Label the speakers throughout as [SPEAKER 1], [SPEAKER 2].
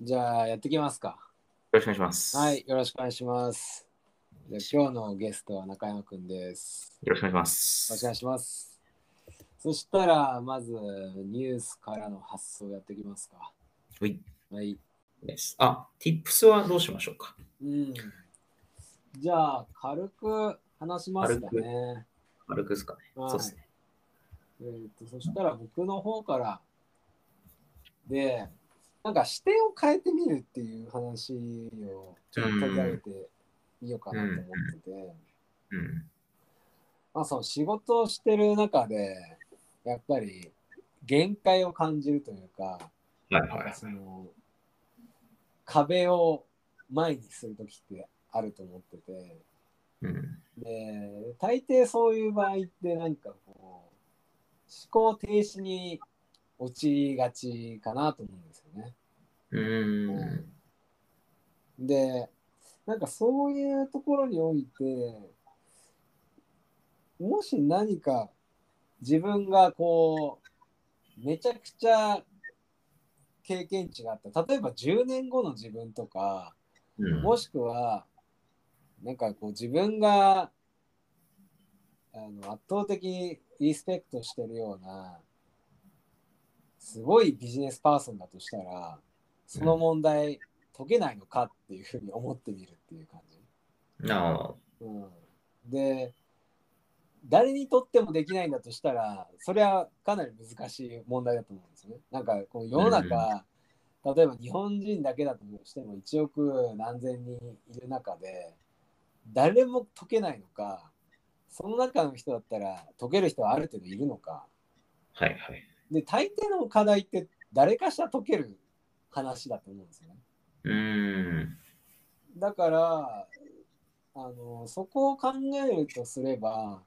[SPEAKER 1] じゃあやっていきますか。
[SPEAKER 2] ろしくお願いします。
[SPEAKER 1] はい
[SPEAKER 2] よ、
[SPEAKER 1] よろしくお願いします。じゃあ今日のゲストは中山くんです。
[SPEAKER 2] ろしくお願
[SPEAKER 1] よろ
[SPEAKER 2] いしま
[SPEAKER 1] しく
[SPEAKER 2] す。
[SPEAKER 1] お願いします。そしたら、まずニュースからの発想やっていきますか。
[SPEAKER 2] はい
[SPEAKER 1] はい。
[SPEAKER 2] ですあ、tips はどうしましょうか
[SPEAKER 1] うん。じゃあ、軽く話しますかね。
[SPEAKER 2] 軽くですかね。
[SPEAKER 1] はい
[SPEAKER 2] そうですね。
[SPEAKER 1] えー、とそしたら僕の方からでなんか視点を変えてみるっていう話をちょっと取り上げてみようかなと思ってて、
[SPEAKER 2] うん。
[SPEAKER 1] まあ、その仕事をしてる中でやっぱり限界を感じるというか
[SPEAKER 2] はい
[SPEAKER 1] なん
[SPEAKER 2] は
[SPEAKER 1] か
[SPEAKER 2] い。
[SPEAKER 1] その壁を前にする時ってあると思ってて。
[SPEAKER 2] うん。
[SPEAKER 1] で大抵そういう場合ってなんかこう思考停止に陥りがちかなと思うんですよね。
[SPEAKER 2] うん。
[SPEAKER 1] でなんかそういうところにおいてもし何か自分がこうめちゃくちゃ経験値があった例えば10年後の自分とか
[SPEAKER 2] うん。
[SPEAKER 1] もしくは、なんかこう自分があの圧倒的にリスペクトしてるような、すごいビジネスパーソンだとしたら、その問題解けないのかっていうふうに思ってみるっていう感じ。
[SPEAKER 2] あ
[SPEAKER 1] うん、で、誰にとってもできないんだとしたら、それはかなり難しい問題だと思うんですよね。なんかこう世の中、例えば日本人だけだとしても1億何千人いる中で、誰も解けないのか、その中の人だったら解ける人はある程度いるのか。
[SPEAKER 2] あ。はいはい。
[SPEAKER 1] で、大抵の課題って誰かしら解ける話だと思うんですよね。
[SPEAKER 2] うん。
[SPEAKER 1] だからあのそこを考えるとすれば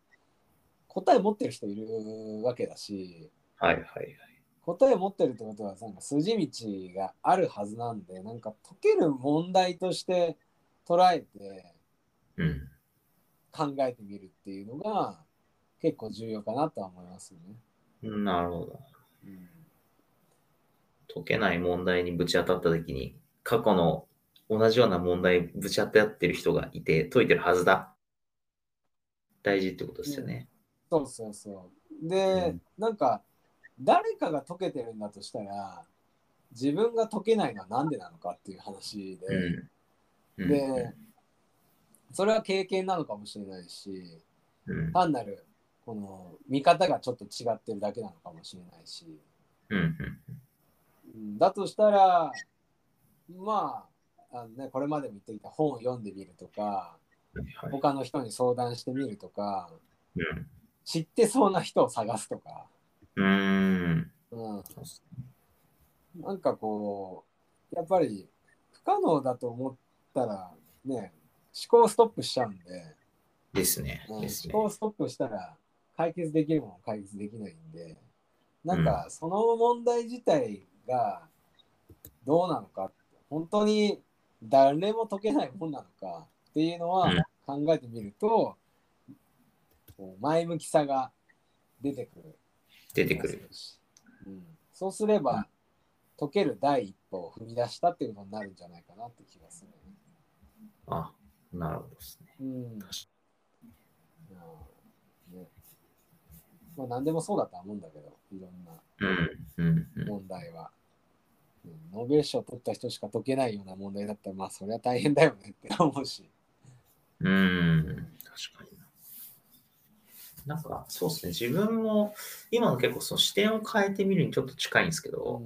[SPEAKER 1] 答え持ってる人いるわけだし
[SPEAKER 2] はいはいはい。
[SPEAKER 1] 答え持ってるってことはなんか筋道があるはずなんでなんか解ける問題として捉えて
[SPEAKER 2] うん。
[SPEAKER 1] 考えてみるっていうのが結構重要かなとは思いますよね。
[SPEAKER 2] なるほど。解けない問題にぶち当たったときに、過去の同じような問題ぶち当たってる人がいて、解いてるはずだ。大事ってことですよね。
[SPEAKER 1] そうそうそう。で、
[SPEAKER 2] うん
[SPEAKER 1] なんか誰かが解けてるんだとしたら自分が解けないのは何でなのかっていう話で。
[SPEAKER 2] うん。うん
[SPEAKER 1] で、それは経験なのかもしれないし、
[SPEAKER 2] うん。
[SPEAKER 1] 単なるこの見方がちょっと違ってるだけなのかもしれないし、
[SPEAKER 2] うん。うん。
[SPEAKER 1] うんだとしたら、まあ、あのね、これまでも言ってきた本を読んでみるとか、
[SPEAKER 2] はい
[SPEAKER 1] 他の人に相談してみるとか、
[SPEAKER 2] うん
[SPEAKER 1] 知ってそうな人を探すとか、
[SPEAKER 2] うーん。
[SPEAKER 1] うん、
[SPEAKER 2] そうっす
[SPEAKER 1] なんかこう、やっぱり不可能だと思ったら、ね、思考ストップしちゃうんで、
[SPEAKER 2] ですね。
[SPEAKER 1] うん
[SPEAKER 2] ですね。
[SPEAKER 1] 思考ストップしたら解決できるもの解決できないんで、なんかその問題自体がどうなのか、本当に誰も解けないもんなのかっていうのは考えてみると、こう前向きさが出てくる。
[SPEAKER 2] 出てくる。
[SPEAKER 1] うん。そうすれば、解ける第一歩を踏み出したっていうことになるんじゃないかなって気がする、ね。
[SPEAKER 2] あ、なるほどですね。
[SPEAKER 1] うん
[SPEAKER 2] 確か
[SPEAKER 1] うんねまあ、何でもそうだとは思うんだけど、いろんな
[SPEAKER 2] うん。うん。うん
[SPEAKER 1] 問題は。うんノーベル賞を取った人しか解けないような問題だったら、まあ、それは大変だよねって思うし。
[SPEAKER 2] うん。確かにな。なんか、そうですね。自分も、今の結構その視点を変えてみるにちょっと近いんですけ
[SPEAKER 1] う
[SPEAKER 2] ど、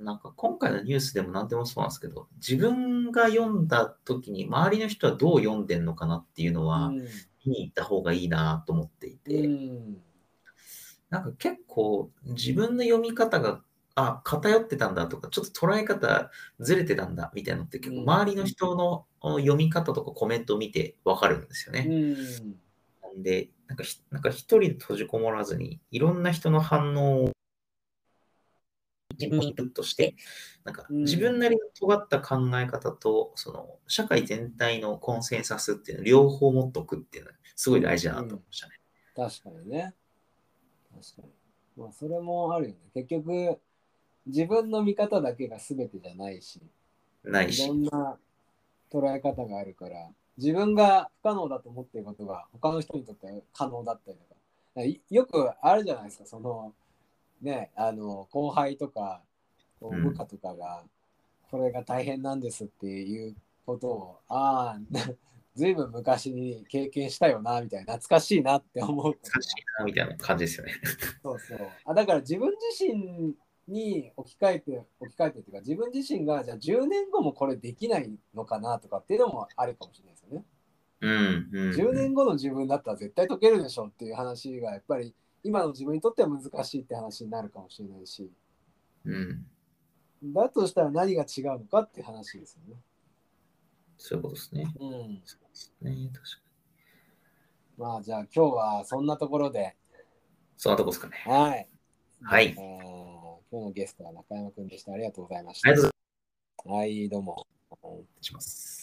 [SPEAKER 1] ん
[SPEAKER 2] なんか今回のニュースでも何でもそうなんですけど、自分が読んだ時に周りの人はどう読んでんのかなっていうのは、見に行った方がいいなと思っていて、
[SPEAKER 1] うん
[SPEAKER 2] なんか結構自分の読み方が、あ、偏ってたんだとか、ちょっと捉え方ずれてたんだみたいなのって結構
[SPEAKER 1] うん
[SPEAKER 2] 周りの人のお読み方とかコメントを見てわかるんですよ
[SPEAKER 1] う
[SPEAKER 2] ね。
[SPEAKER 1] ん
[SPEAKER 2] なんで、なんかひなんか一人で閉じこもらずに、いろんな人の反応を自分にインプットして、なんか
[SPEAKER 1] うん
[SPEAKER 2] 自分なりの尖った考え方と、その社会全体のコンセンサスっていうのを両方持っとくっていうのはすごい大事だなと思いましたね。
[SPEAKER 1] 確かにね。確かに。まあ、それもあるよね。結局、自分の見方だけが全てじゃないし、
[SPEAKER 2] ない
[SPEAKER 1] い
[SPEAKER 2] し
[SPEAKER 1] ろ。んな捉え方があるから、自分が不可能だと思っていることが他の人にとっては可能だったりとか。だからいよくあるじゃないですか、その、ね、あの、後輩とか、こう
[SPEAKER 2] うん
[SPEAKER 1] 部下とかが、これが大変なんですっていうことを、ああ、 ずいぶん昔に経験したよな、みたいな、懐かしいなって思うことが
[SPEAKER 2] 難しいな、みたいな感じですよね。
[SPEAKER 1] そうそうあだから自分自身に置き換えて置き換えてっていうか自分自身がじゃあ10年後もこれできないのかなとかっていうのもあるかもしれないですよね。
[SPEAKER 2] うん、うん。
[SPEAKER 1] 10年後の自分だったら絶対解けるでしょっていう話がやっぱり今の自分にとっては難しいって話になるかもしれないし
[SPEAKER 2] うん。
[SPEAKER 1] だとしたら何が違うのかっていう話ですよね。
[SPEAKER 2] そういうことですね。
[SPEAKER 1] うん、
[SPEAKER 2] そうですね。確かに。
[SPEAKER 1] まあじゃあ今日はそんなところで
[SPEAKER 2] そんなとこですかね。
[SPEAKER 1] はい。
[SPEAKER 2] はい
[SPEAKER 1] えー今日のゲストは中山くんでした。ありがとうございまし
[SPEAKER 2] ありがとうご
[SPEAKER 1] た。
[SPEAKER 2] ざい
[SPEAKER 1] はい、どうも。
[SPEAKER 2] ます。